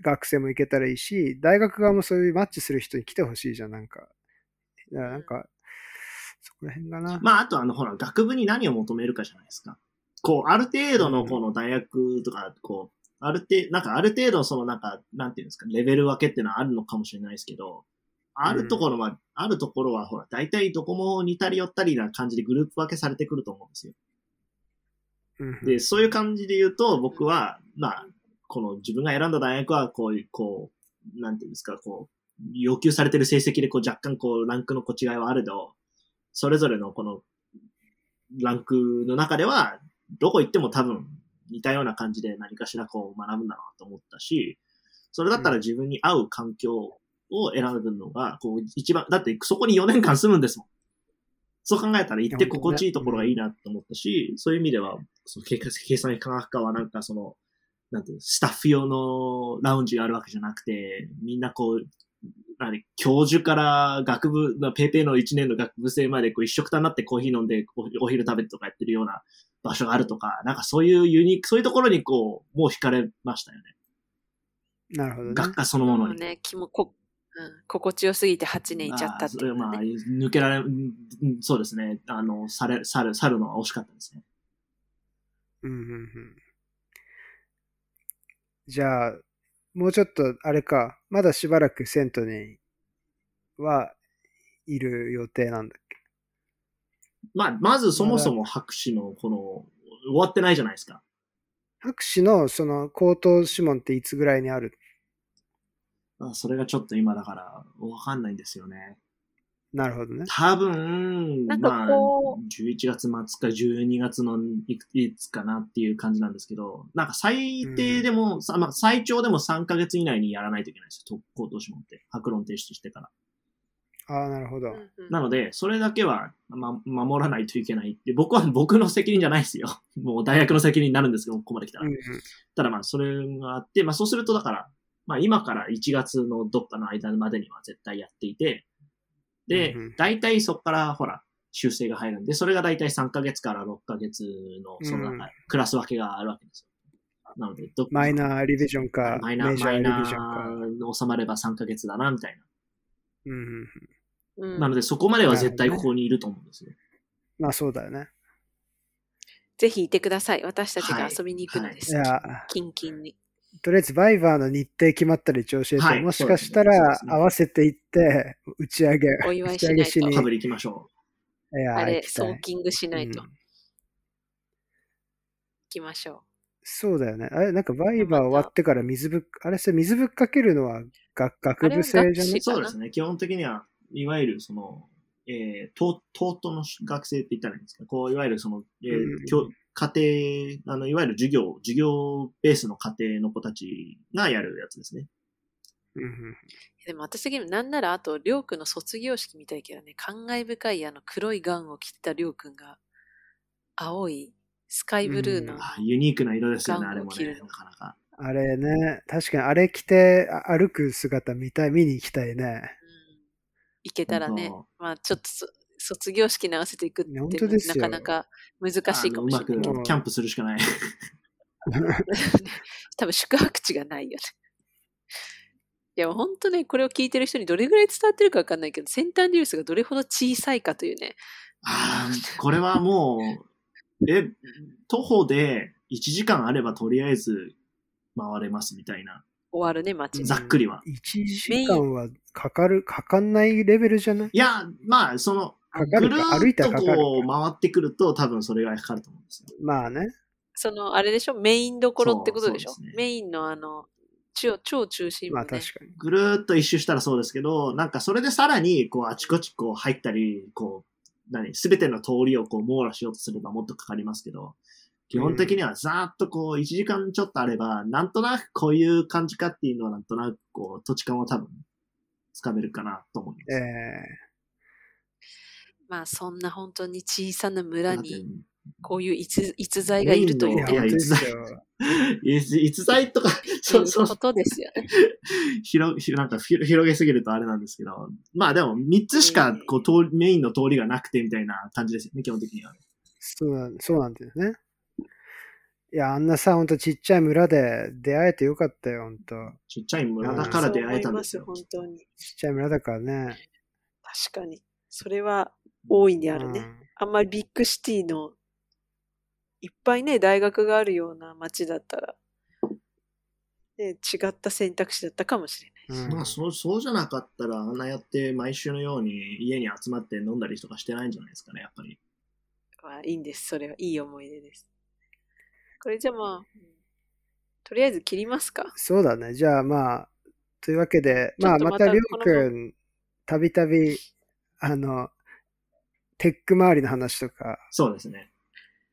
学生も行けたらいいし、大学側もそういうマッチする人に来てほしいじゃん、なんか。だからなんか、そこら辺がな。
まあ、あとあの、ほら、学部に何を求めるかじゃないですか。こう、ある程度のこの大学とか、こう、ある程度、なんかある程度そのなんか、なんていうんですか、レベル分けっていうのはあるのかもしれないですけど、あるところは、あるところはほら、大体どこも似たり寄ったりな感じでグループ分けされてくると思うんですよ。
うん
で、そういう感じで言うと、僕は、まあ、この自分が選んだ大学は、こういう、こう、なんていうんですか、こう、要求されてる成績で、こう、若干、こう、ランクのこう違いはあるど、それぞれのこの、ランクの中では、どこ行っても多分、似たような感じで何かしらこう学ぶんだなと思ったし、それだったら自分に合う環境を選ぶのが、こう、一番、だってそこに4年間住むんですもん。そう考えたら行って心地いいところがいいなと思ったし、そういう意味では、その計画計算機科学科はなんかその、なんていうのスタッフ用のラウンジがあるわけじゃなくて、みんなこう、何教授から学部、まあペーペーの1年の学部生までこう一緒くたになってコーヒー飲んでおお昼食べてとかやってるような場所があるとか、なんかそういうユニーク、そういうところにこう、もう惹かれましたよね。
なるほどね。
学科そのもの
もう
に。
ね、気もこ、うん、心地よすぎて8年いっちゃったっていう、ね。
まあ、それまあ抜けられ、うんうんそうですね。あの、され、去る、去るのは惜しかったですね。
うんうんうんじゃあ、もうちょっと、あれか、まだしばらくセントにはいる予定なんだっけ
まあ、まずそもそも博士のこの、終わってないじゃないですか。
博士のその口頭諮問っていつぐらいにある
あそれがちょっと今だから、わかんないんですよね。
なるほどね。
多分、
なん
ま
か
あ、
こ
11月末か12月のいくいつかなっていう感じなんですけど、なんか最低でも、さまあ、最長でも3ヶ月以内にやらないといけないですよ。特攻投資持って。白論提出してから。
ああ、なるほど。
うんうん
なので、それだけは、ま、守らないといけないって、僕は僕の責任じゃないですよ。もう大学の責任になるんですけど、ここまで来たら。
うんうん
ただまあ、それがあって、まあそうするとだから、まあ今から1月のどっかの間までには絶対やっていて、で
うんうん、
大体そこからほら、修正が入るんで、それが大体3ヶ月から6ヶ月の、その
うん
中、クラス分けがあるわけですよ。なので、どっ
マイナーリビジョンか、
マ
メ
イ
ジ
ナ
ャ
ー、マ
ー
イ
リ
ナ
ビジョンか。
ーに収まれば3ヶ月だな、みたい
うんうんうん、
うん
な。なので、そこまでは絶対ここにいると思うんですよ。
まあそうだよね。
ぜひいてください。私たち
は
が
い
遊びに行くのです。
いや、
キンキンに。
とりあえずバイバーの日程決まったら一応教えて、
はい
もしかした
そうで
ら
すね
合わせていって、打ち上げ、
お祝い
打ち
しな
上
いと
げしに。
パブリ行きましょ
いや
あれ、
行きたい
ソーキングしないと。
う
行
ん
きましょ
そうだよね。あれ、なんかバイバー終わってから水ぶっ、あれ、それ水ぶっかけるのは学学部生じゃ
あれは学
ないう
士
う。そうですね。基本的には、いわゆるその、えー、と、とうとうの学生って言ったらいいんですかこう、いわゆるその、え
うんうんうん
ー、教家庭、あの、いわゆる授業、授業ベースの家庭の子たちがやるやつですね。
うんうん
う。でも私的にもなんならあと、りょうくんの卒業式みたいけどね、感慨深いあの黒いガウンを着てたりょうくんが、青いスカイブルーの、
うん
あユニークな色ですよね、
ガ
あ
ウン
れ
を
も
着
ね。
る
なかなか。
あれね、確かにあれ着てあ歩く姿見たい、見に行きたいね。
うん行けたらね
本、
まあちょっとそ卒業式に合わせていくっ
いや本
て
当です
な
よ
かなか難しいかもしれ
あ
ないけ
のう
ど
まく、キャンプするしかない。
多分宿泊地がないよね。いや、本当ね、これを聞いてる人にどれぐらい伝わってるかわかんないけど、センターリウスがどれほど小さいかというね。
あーこれはもう、え、徒歩で1時間あればとりあえず回れますみたいな。
終わるね、街
ざ
が。
っくりは
1時間はかかる、かかんないレベルじゃない
いや、まあ、その、
かか
ぐ
る
る
か、歩
ー
い
ったと
らかかる
こう回ってくると多分それがかかると思うんですよ。
まあね。
その、あれでしょメインどころってことでしょ
そうそうですね
メインのあの、超、超中心部、
ま
ね。
あ確かに。
ぐるーっと一周したらそうですけど、なんかそれでさらに、こう、あちこちこう入ったり、こう、何、すべての通りをこう網羅しようとすればもっとかかりますけど、基本的にはざーっとこう、1時間ちょっとあれば、なんとなくこういう感じかっていうのはなんとなくこう、土地感を多分、つかめるかなと思います。
え
まあそんな本当に小さな村
だって
に、こういう逸逸材がいるとい
え
う
や
いや、本当ですよ。
逸逸材とか、そうそう
ことですよね。
広、広なんかひろ広げすぎるとあれなんですけど、まあでも3つしかこう通り、メインの通りがなくてみたいな感じですよね、基本的には。
そうなんそうなんですね。いや、あんなさ、ほんとちっちゃい村で出会えてよかったよ、ほんと。
ちっちゃい村だから出会えたんですよ
そう。思います本当に。
ちっちゃい村だからね。
確かに。それは大いにあるね。
うん
あんまりビッグシティの、いっぱいね、大学があるような街だったら、ね、違った選択肢だったかもしれない。
うん
まあそう、そうじゃなかったら、あんなやって毎週のように家に集まって飲んだりとかしてないんじゃないですかね、やっぱり。
まあ、いいんです。それはいい思い出です。これじゃあまあ、うんとりあえず切りますか。
そうだね。じゃあまあ、というわけで、
ちょ
ま
っ
あ
と
ま
ま
た
た
りょうくん、たびたび、あの、テック周りの話とか、
そうですね。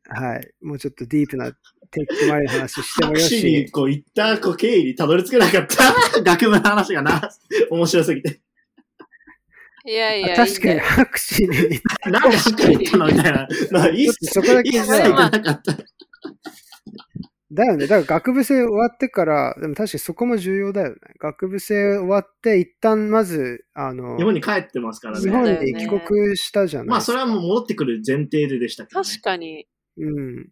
はい、もうちょっとディープなテック周りの話しても
白
よ
紙に
し、
こう行ったこう経緯にたどり着けなかった。学部の話がな、面白すぎて。
いやい
あ
や、
確かに白紙に、
なんで白紙に行ったのみたいな。まあ、いい
ちょ
っ
っと
す。
そこだ
い
け
いっ
じ
す。
いや
行
ま
ゃ
あ
あ
かなかった。
だよね。だから学部生終わってから、でも確かにそこも重要だよね。学部生終わって、一旦まず、あの、
日本に帰ってますから
日
そう
本
だ
ね。
よ
で帰国したじゃない
まあ、それはもう戻ってくる前提ででしたけどね。
確かに。
うん。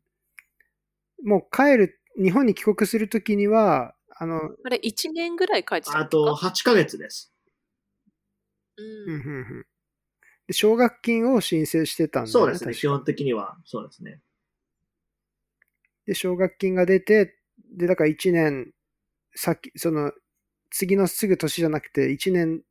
もう帰る、日本に帰国するときには、あの、
あれ、1年ぐらい書いてた
あ
のか
と、8ヶ月です。
うん
う
うん
ん。
うんで奨学金を申請してたんだ
そうですね。
確
基
か
本的には、そうですね。
で、奨学金が出て、で、だから1年先、その、次のすぐ年じゃなくて、1年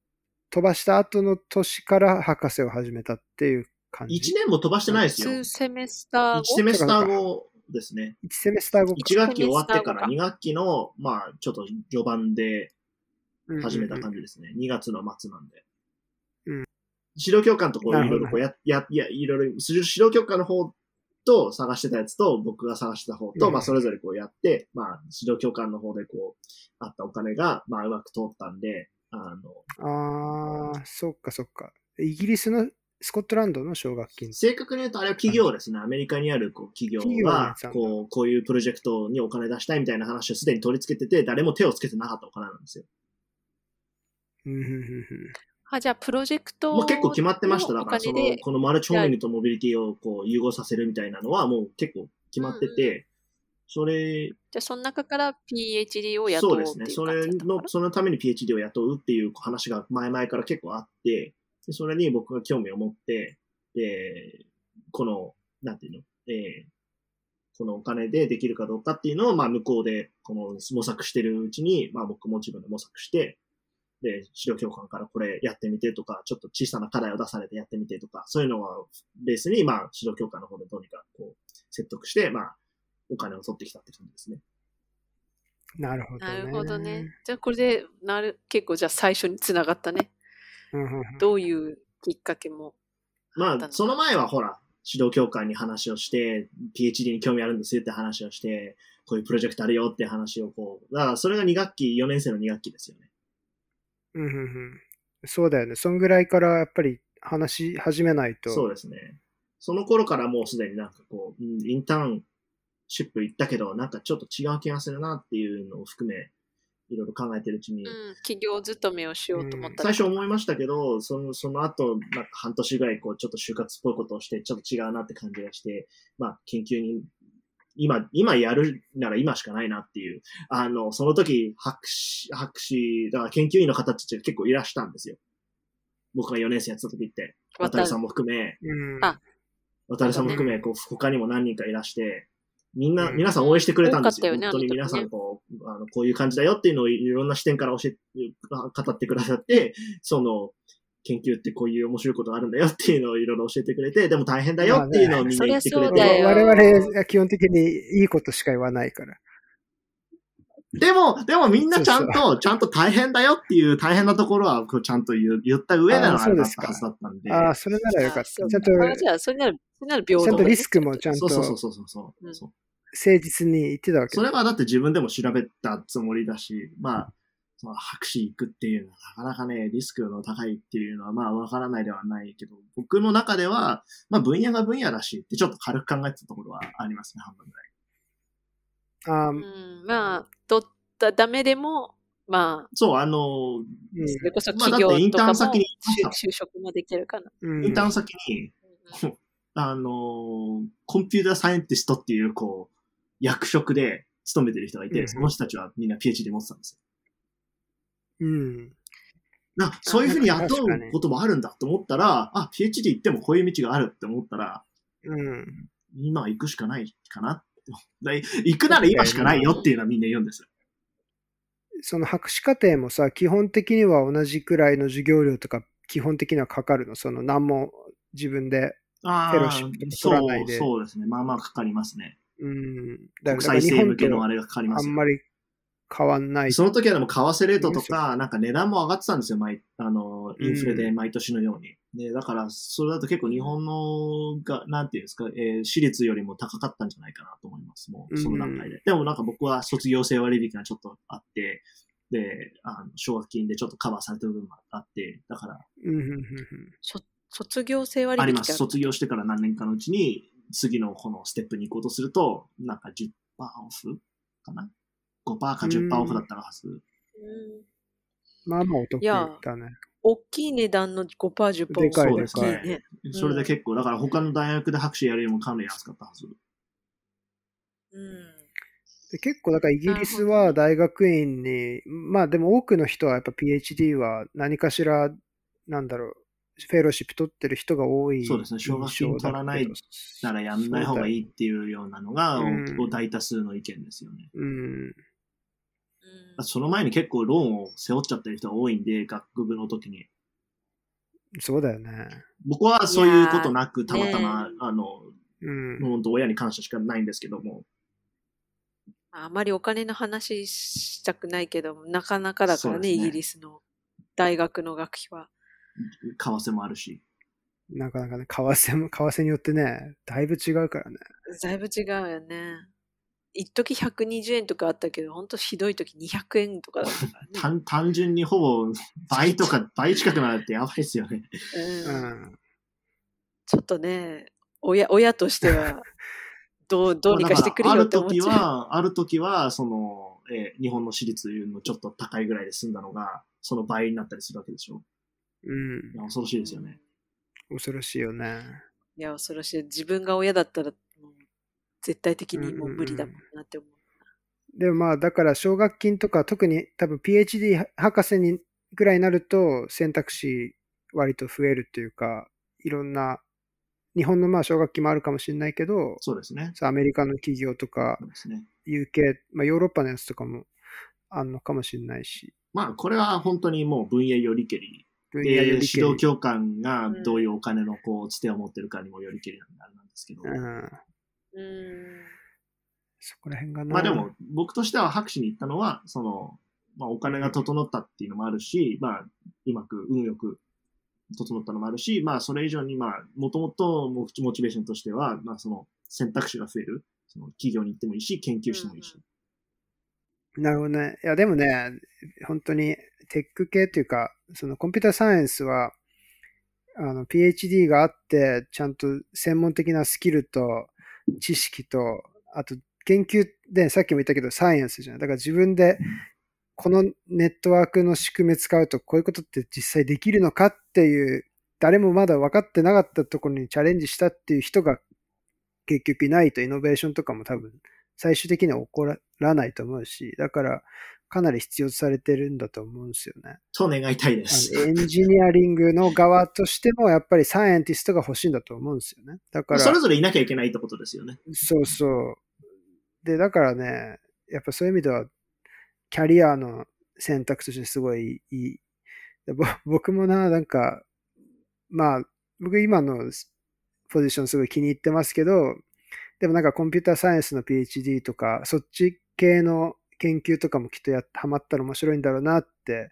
飛ばした後の年から博士を始めたっていう感じ。
1年も飛ばしてないですよ。
2
1
セメスター後
セメスター後ですね。
1セメスター後
1学期終わってから
セメスター後か
2学期の、まあ、ちょっと序盤で始めた感じですね。2月の末なんで。
うん
指導教官とこう
ないる
ろ
ほ
い
ど
ろこうや、や、や、いろいろ、指導教官の方と探してたやつと、僕が探してた方と、
うん
まあそれぞれこうやって、まあ指導教官の方でこう、あったお金が、まあうまく通ったんで、あの、
ああー、そっかそっか。イギリスの、スコットランドの奨学金。
正確に言うと、あれは企業ですね。アメリカにあるこう企業
企業のや
が
つなんだ
こう、こういうプロジェクトにお金出したいみたいな話をすでに取り付けてて、誰も手をつけてなかったお金なんですよ。
うんうんうん
あ、じゃあ、プロジェクト
もう結構決まってました。だから、そ
お
の
金で、
このマルチホーミニとモビリティをこう融合させるみたいなのはもう結構決まって
うん
て、それ、
じゃあ、その中から PhD を雇
そうう
って
で
いう
すね。そ
感じ
れ
だったの
の
か、な
そのために PhD を雇うっていう話が前々から結構あって、でそれに僕が興味を持って、で、この、なんていうの、えーこのお金でできるかどうかっていうのを、まあ、向こうで、この模索してるうちに、まあ、僕も自分で模索して、で、指導教官からこれやってみてとか、ちょっと小さな課題を出されてやってみてとか、そういうのはベースに、まあ、指導教官の方でどうにか、こう、説得して、まあ、お金を取ってきたって感じですね。
なるほどね。
なるほどね。じゃあ、これで、なる、結構、じゃあ、最初につながったね。
うんうんうん。
どういうきっかけも。
ま
あった
あ、
の
その前はほら、指導教官に話をして、PhD に興味あるんですよって話をして、こういうプロジェクトあるよって話をこう、だからそれが2学期、4年生の2学期ですよね。
うんうんうん、そうだよね。そんぐらいからやっぱり話し始めないと。
そうですね。その頃からもうすでになんかこう、うんインターンシップ行ったけど、なんかちょっと違う気がするなっていうのを含め、いろいろ考えてるうちに、
うん。企業勤めをしようと思ったら。
最初思いましたけど、その、その後、なんか半年ぐらい、こう、ちょっと就活っぽいことをして、ちょっと違うなって感じがして、まあ、研究に、今、今やるなら今しかないなっていう、あの、その時、博士、博士、だから研究員の方たちが結構いらしたんですよ。僕が4年生やってた時って、渡
渡
る
る
さんも含め、
うん。
あ
渡るさんも含め、
うん
こう、他にも何人かいらして、みんな、
うん
皆さん応援してくれたんですよ。
多かったよね
本当に
あ
皆
の時
さ
ね
ん、こう、あの、こういう感じだよっていうのをいろんな視点から教え、語ってくださって、その、研究ってこういう面白いことがあるんだよっていうのをいろいろ教えてくれて、でも大変だよっていうのをみんな言ってくれ
まあねそりゃそうだ
て、
よ
我々は基本的にいいことしか言わないから。
でも、でもみんなちゃんと、ちゃんと大変だよっていう大変なところは、こうちゃんと言う言った上での
あ
あ
そ
れ
う
だ
で
っ
す
た
か
はずだったんで。
ああ、それならよかった。ち
そう
ゃん
か
と、
あじゃあ、それなら、それなら平等
ちゃんと
だね
リスクもちゃんと
そうそうそう
誠
そうそう。
うん
そう
実に言ってたわけ
そ
ね。
れはだって自分でも調べたつもりだし、まあ、その博士行くっていうのはなかなかね、リスクの高いっていうのはまあわからないではないけど、僕の中では、まあ分野が分野だしってちょっと軽く考えてたところはありますね、半分ぐらい。
ああ、う
うんん、まあ、取ったダメでも、まあ、
そう、あの、
それこそ
まあだ
企
っ
業
てイン
と
タ
かも
ーン先に
就就職もできるかな。
うん
インターン先に、
うん
あの、コンピューターサイエンティストっていう、こう、役職で勤めてる人がいて、
うん
その人たちはみんな PhD 持ってたんですよ。
うん。
な、そういうふうに雇
確か
う
に
こともあるんだと思ったら、あ、PhD 行ってもこういう道があるって思ったら、
うん。
今は行くしかないかな って。だ行くなら今しかないよっていうのはみんな言うんですよ。
その博士課程もさ、基本的には同じくらいの授業料とか、基本的にはかかるの。その、何も自分で。
あ
フェ
あ
ロシップ、取ら
そ
ないで
う、そうですね。まあまあかかりますね。
うん。だ
国
から
際
日
性向
本
け
と
のあれがかかりま
あ
す
ん
よ。
まり変わんない。
その時はでも為替レートとか、なんか値段も上がってたんですよ、毎、あの、インフレで毎年のように。ね、だから、それだと結構日本のが、なんていうんですか、えー私立よりも高かったんじゃないかなと思います、もう、その段階で。でもなんか僕は卒業生割引がちょっとあって、で、あの、奨学金でちょっとカバーされてる部分もあって、だから、
うんうんうんうん
そ卒業生割
あり
引
ま
ってあ
す。
る
卒業してから何年かのうちに、次のこのステップに行こうとすると、なんか10%オフかな ?5% か10%オフだったはず。
うん
まあまあお得
いや
だね。
大きい値段の5%、10%
でかい
大
で
きい
かい
ね。
それで結構、だから他の大学で拍手やるよりもかなり安かったはず。
うん
で結構だからイギリス
な
は大学院に、まあでも多くの人はやっぱ PhD は何かしら、なんだろう、フェロシップ取ってる人が多い印
そ
象
う
だけど。
ですね奨学金取らないならやんない方がいいっていうようなのが、
うん
お大多数の意見ですよね。
うん。
その前に結構ローンを背負っちゃってる人が多いんで、学部の時に。
そうだよね。
僕はそういうことなく、
い
た
やー
またま、
ね
あの、
うん。
本当親に感謝しかないんですけども。
あまりお金の話したくないけど、なかなかだから
そう
ね、
です
イ
ね
ギリスの大学の学費は。
為替もあるし。
なかなかね、為替も、為替によってね、だいぶ違うからね。
だいぶ違うよね。一時120円とかあったけど、ほんとひどい時200円とかだったからね。
単単純にほぼ倍 とか倍近くなるってやばいですよね。
う
うん
ん。
ちょっとね、親親としては、どうどうにかしてくれ
まあ
よっ
だ
て思っ
からある時
ちゃう。
は、ある時は、その、えー日本の私立のちょっと高いぐらいで済んだのが、その倍になったりするわけでしょ。
うん
い。や恐ろしいですよね。
恐ろしいよね。
いや、恐ろしい。自分が親だったら、もう絶対的にもう無理だもんなって思う。
でもまあ、だから奨学金とか、特に多分 PhD 博士にぐらいになると、選択肢割と増えるというか、いろんな、日本のまあ奨学金もあるかもしれないけど、
そうですね。
そうアメリカの企業とか
そ、うですね。
UK、まあ、ヨーロッパのやつとかもあんのかもしれないし、
まあ、これは本当にもう分野よりけり。
分
で、指
よりけり
導教官がどういうお金のこう、つてを持ってるかにもよりけりなんであれなんですけど。
うん。
うん。
そこら辺がな。
まあでも、僕としては拍手に行ったのは、その、まあお金が整ったっていうのもあるし、まあ、うまく、運よく整ったのもあるし、まあそれ以上に、まあ、もともとモモチベーションとしては、まあその選択肢が増える。その企業に行ってもいいし、研究してもいいし。
なるほどね。いや、でもね、本当にテック系というか、そのコンピューターサイエンスは、あの、PhD があって、ちゃんと専門的なスキルと知識と、あと研究で、さっきも言ったけど、サイエンスじゃない。だから自分で、このネットワークの仕組み使うと、こういうことって実際できるのかっていう、誰もまだ分かってなかったところにチャレンジしたっていう人が結局いないとイノベーションとかも多分最終的には起こらないと思うし、だからかなり必要とされてるんだと思うんですよね。
と願いたいで
あ
す。
のエンジニアリングの側としてもやっぱりサイエンティストが欲しいんだと思うんですよね。だから、
それぞれいなきゃいけないってことですよね。
そうそう。で、だからね、やっぱそういう意味では、キャリアの選択としてすごいいい。でぼ僕もな、なんか、まあ、僕今のポジションすごい気に入ってますけど、でもなんかコンピューターサイエンスの PhD とか、そっち系の研究とかもきっとやっはまったら面白いんだろうなって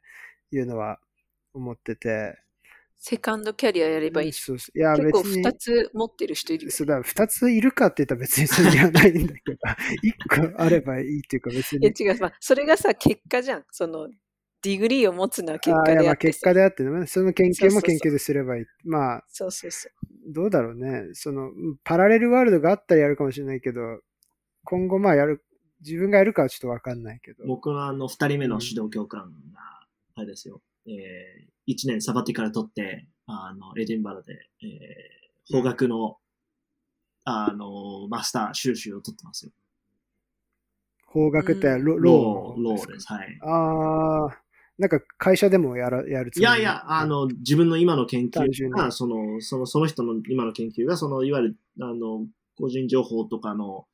いうのは思ってて。
セカンドキャリアやればいいし。
そうそういや、
結構
別に
2。つ持ってる人いるよね。
そうだ、二ついるかって言ったら別にそれじゃないんだけど、 一個あればいいっていうか別
いや
に。
違う、まあ、それがさ、結果じゃん。その、ディグリーを持つのは結
あ
果
ーいや
で
ま
あ
あ
って
結
さ
果であってね、その研究も
そうそうそ
研
う
究ですればいい。まあ、
そうそうそう。
どうだろうね。その、パラレルワールドがあったらやるかもしれないけど、今後まあやる、自分がやるかはちょっとわかんないけど。
僕はあの、二人目の指導教官が、あれですよ、えー、一年サバティから取って、あの、エディンバラで、えー、法学の、あの、マスター修習を取ってますよ。
法学って
うん
ロ,、
ロ
ロ
ー、
ー
ロ
の
ーです。はい。
ああ、なんか会社でもやらやるつも
い
り
やいや、あ、の、自分の今の研
単純
究
に
が、その、その、その人の今の研究が、その、いわゆる、あの、個人情報とかの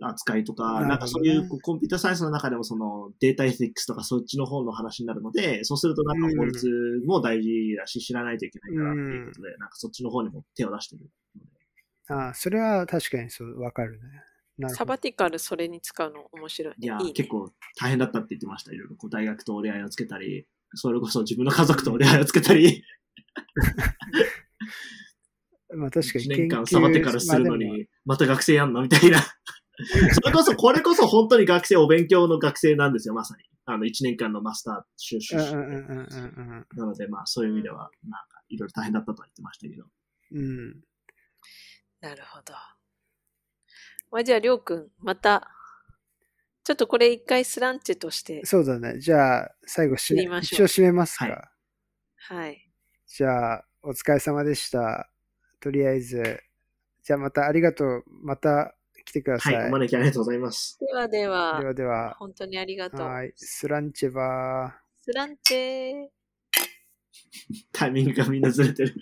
扱いと
な
か、
るほどね
なんかそういうこうコンピューターサイエンスの中でも、その、データエティックスとかそっちの方の話になるので、そうするとなんか法律も大事だし、知らないといけないからっていうことで、なんかそっちの方にも手を出してる。
あーそれは確かにそう、わかるね。なる
サ
ほど
バ。ティカルそれに使うの面白いね。
いや、
いいね
結構大変だったって言ってました。いろいろこう大学と折り合いをつけたり、それこそ自分の家族と折り合いをつけたり、
まあ確かに
1年間サバテからするの
まあでも
に、また学生やんのみたいな。それこそ、これこそ本当に学生、お勉強の学生なんですよ、まさに。あの、1年間のマスター修習し
う
て。
んうんうんうんうん
なので、まあ、そういう意味では、なんか、いろいろ大変だったとは言ってましたけど。
うん。うん。
なるほど。まあ、じゃあ、りょうくん、また、ちょっとこれ一回スランチェとして、
そうだね。じゃあ、最後締
切り
め、
まし
一
ょ
応
う
締めますか。
はい
はい。
じゃあ、お疲れ様でした。とりあえず、じゃあまたありがとう。また来てくださ。
はいい、お招きありがとうございます。
ではでは、
ではでは、
本当にありがとう。
はい。スランチェバー。
スランチェー。
タイミングがみんなずれてる。